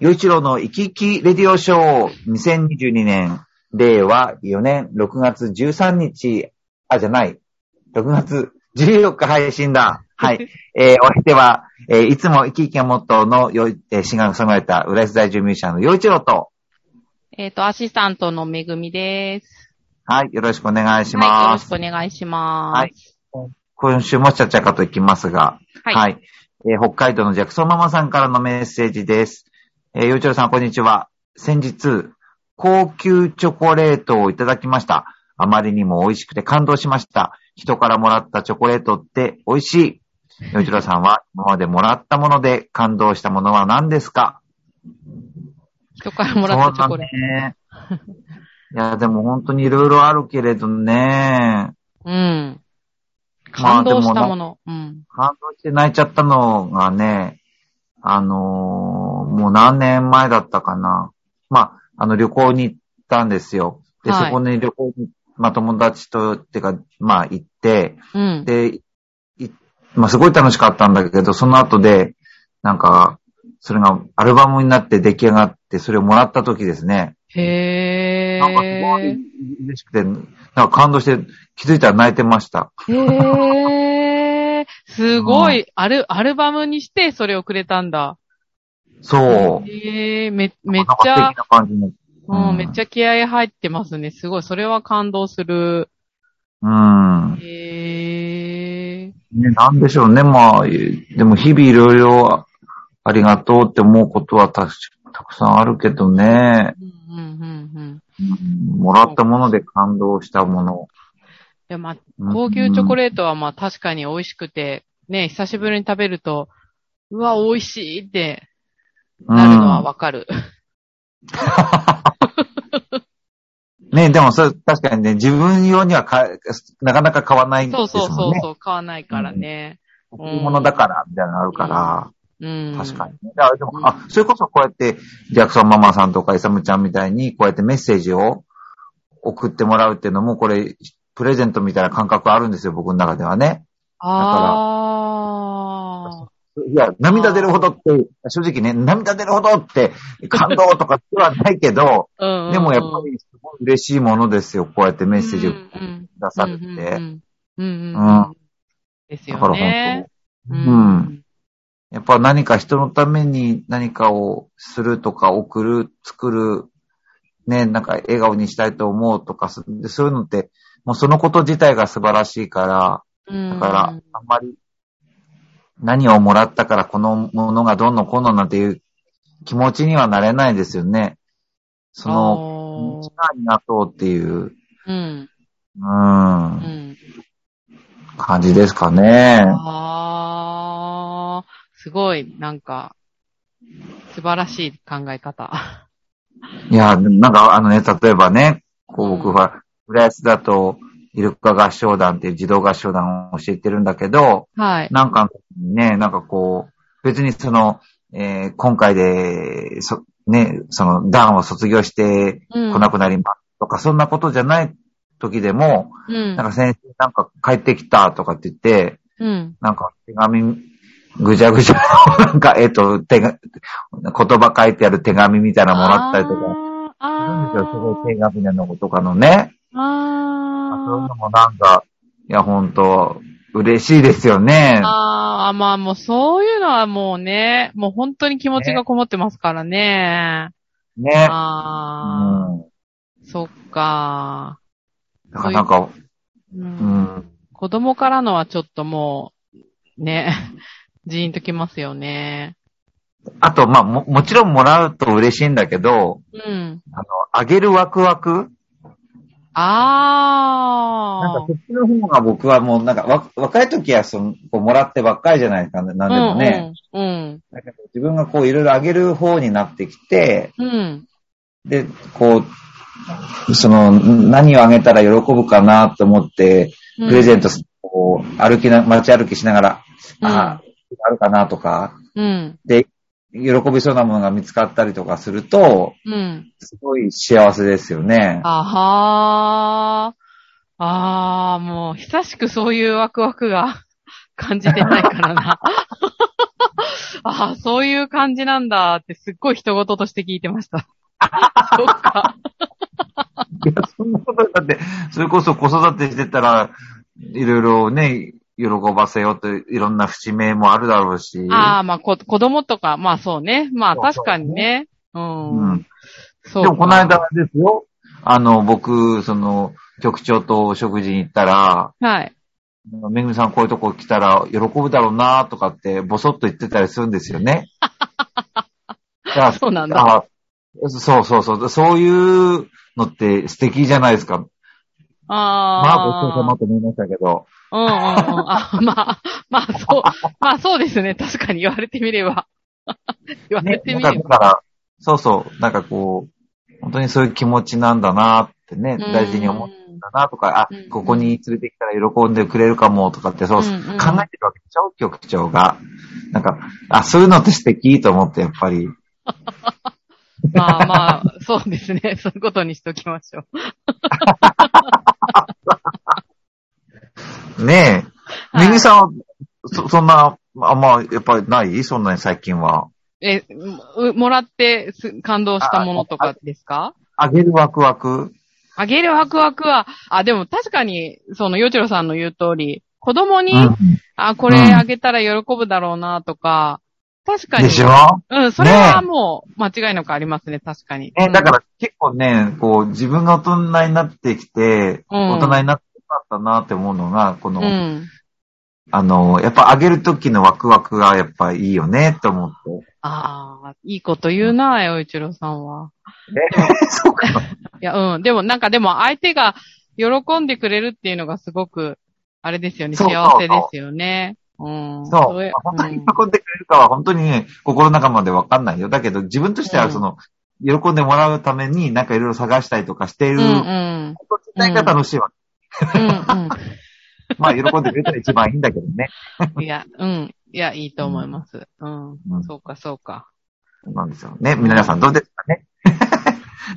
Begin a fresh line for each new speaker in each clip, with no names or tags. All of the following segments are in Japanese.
洋一郎の生き生きレディオショー、2022年、令和4年6月13日、あ、じゃない、6月14日配信だ。 はい。えーお相手は、えーいつも生き生きがモットーのよい、えー、シンガーが染められた、浦安在住ミュージシャンの洋一郎と、
えっ、と、アシスタントのめぐみです。
はい、よろしくお願いし
はい、よろ
ま
し
す。
くお願いします。
はい今週もちゃちゃかといきますが、
はい。
はい。えー北海道のジャクソンママさんからのメッセージです。えー、よいちろさん、こんにちは。先日、高級チョコレートをいただきました。あまりにも美味しくて感動しました。人からもらったチョコレートって美味しい。よいちろさんは、 今までもらったもので感動したものは何ですか
人からもらったチョコレー
そうだね。いや、でも本当にいろいろあるけれどね。
ト。うん。
まあ
感動し
で
た
な
もの。うん。
感動して泣いちゃったのがね、あのーもう何年前だったかな。まあ、あの旅行に行ったんですよ。で、
は
そ
い
こに旅行に、まあ友達と、ってか、まあ行って、
うん。
で、いまあすごい楽しかったんだけど、その後で、なんか、それがアルバムになって出来上がって、それをもらった時ですね。
へ
なんかすごい
ー。
嬉しくて、なんか感動して気づいたら泣いてました。
へー。すごい。アル、アルバムにしてそれをくれたんだ。
そう。
へー。め、め
な
っ
んか
ち
素
ゃ
敵、な感じの。
う、
うんん
めっちゃ気合入ってますね。すごい。それは感動する。
うん。
へー。
ね、なんでしょうね。まあ、えでも日々いろいろありがとうって思うことはたしたくさんあるけどね。
うん、うん、うん、うん。
もらったもので感動したもの。
でまあ、高級チョコ
レ
レートはまあ確かに美味しくて、ね、久しぶりに食べると、うわ、美味しいって
ー
なるのはわかる。
ね、でもそれ確かにね、自分用にはかなかなか買わないんです
そ
も
うん
ね。
そうそうそう、買わないからね。
贈り物だから、みたいなのあるから、
うん。
確かにね。だからでも
うん
あ、それこそこうやって、ジャクソンママさんとかイサムちゃんみたいに、こうやってメッセージを送ってもらうっていうのも、これ、プレゼントみたいな感覚あるんですよ、僕の中ではね。
ああ。
いや、涙出るほどって、正直ね、涙出るほどって、感動とかではないけど、
うんうんうん
でもやっぱりすごい嬉しいものですよ、こうやってメッセージを
う
く
んうん
ださるって。
うんうんうん。
う
うんうん
ん
です
だか
よ
ら
ね
本。当、
う
うんん。やっぱ何か人のために何かをするとか、送る、作る、ね、なんか笑顔にしたいと思うとか、そでそういうのって、もうそのこと自体が素晴らしいから、だから、あんまり、何をもらったからこのものがどんどんこうのなんていう気持ちにはなれないですよね。その、
の
一番ありがとうっていう、
うん。
う、
うんん。
感じですかね。
ああ、すごい、なんか、素晴らしい考え方。
いや、でもなんかあのね、例えばね、こう僕は、浦安だと、イルカ合唱団っていう児童合唱団を教えてるんだけど、
はい。
なんかね、なんかこう、別にその、えー今回で、そ、ね、その、団を卒業して、
うん
来なくなりますとか、そんなことじゃない時でも、
うん
なんか先生なんか帰ってきたとかって言って、
うん。
なんか手紙、ぐじゃぐじゃの、なんか、えっ、と、手が、言葉書いてある手紙みたいなのもらったりとか、
か。
なん
あ
ですよ、す
ー
ごい低学年の子とかのね。そういう
あー。
のもなんか、いや、ほんと、嬉しいですよね。
あー、まあもうそういうのはもうね、もう本当に気持ちがこもってますからね。
ね。う
ああ、
ん。
そっか。
だからなんか、
う
うんん。
子供からのはちょっともう、ね、 ジーンときますよね。
あと、まあ、も、もちろんもらうと嬉しいんだけど、
うん。
あの、あげるワクワクなん
あ
か、そっちの方が僕はもう、なんか、わ、若い時は、その、こう、もらってばっかりじゃないですか、ね、な
あ。
んでもね。
うんうん。
だけど、自分がこう、いろいろあげる方になってきて、
うん。うん。
で、こう、その、何をあげたら喜ぶかなと思って、
うん
プレゼントす、こう、歩きな、街歩きしながら、
うん
ああ、あるかなとか、
うん。
で、喜びそうなものが見つかったりとかすると、
うん。
すごい幸せですよね。
あはー。あー、もう、久しくそういうワクワクが感じてないからな。ああ、そういう感じなんだってすっごい人事として聞いて ました。そうか。
いや、そんなことだって、それこそ子育てしてたら、いろいろね、喜ばせようと、いろんな節目もあるだろうし。
ああ、まあこ、子供とか、まあそうね。まあ
そうそ
確
う
かにね。うん。
うん。
そ
で
う。
もこの。間あれですよ。あの、僕、その、局長とお食事に行ったら、
はい。
めぐみさんこういうとこ来たら喜ぶだろうなとかって、ぼそっと言ってたりするんですよ ね。あ
そうなんだ。
あそうそうそう。そういうのって素敵じゃないですか。
あ
まあ、
あ。
ごちそうさまと思いましたけど。
うんうんうん。あ、まあ、まあそう、まあそうですね。確かに言われてみれば。言われ
ね、
て
だ
み
から、
れ
だ
ば。
からそうそう、なんかこう、本当にそういう気持ちなんだなってね、大事に思っ
うん
たなとか、あ
うん、
ここに連れてきたら喜んでくれるかもとかって、そう、
うん
考
うん
えてるわけでしょ、局長が。なんか、あ、そういうのって素敵と思って、やっぱり。
まあまあ、そうですね。 そういうことにしときまし ょう。
ねえ。
はい
めぐみさんは、そ、そんな、あんまやっぱりないそんなに最近は。
え、うもらってす感動したものとかですか
あげるワクワク。
あげるワクワクは、あ、でも確かに、その、よちろさんの言う通り、子供に、
うん
あ、これ
うん
あげたら喜ぶだろうな、とか、確かに。
でしょ
うん、それはもう、間違いなくありますね、確かに。
ね、だから結構ね、こう、自分が大人になってきて、
うん
大人になってよかったなって思うのが、こ
う
の、
ん。うん。
あの、やっぱあげるときのワクワクがやっぱいいよねって思って。
ああ、いいこと言うな、よいちろさんは。
え、 そうか。
いや、うん。でも、なんかでも、相手が喜んでくれるっていうのがすごく、あれですよね。
そう
幸
そうそう
せですよね。うん。
そう。
れ
本当に喜
うん
んでくれるかは本当にね心の中までわかんないよ。だけど自分としてはその、喜んでもらうためになんかいろいろ探したりとかしている
うんうん。
こと自体が楽しいわけ。
うん
まあ、喜んでくれたら一番いいんだけど ね。
うん。いや、うん。いや、いいと思います。うん。
うん
そうか、そうか。
そうなんですよね。皆さんどうですか ね。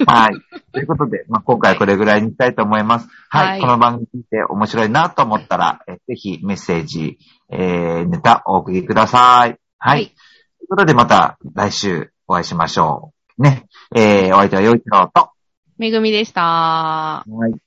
はい。ということで、まあ、今回はこれぐらいにしたいと思います。はい。
はい
この番組聞いて面白いなと思ったら、えぜひメッセージ、えー、ネタお送りください。はい。
はい
ということで、また来週お会いしましょう。ね。えー、お相手はよいちろうと。
めぐみでした。
はい。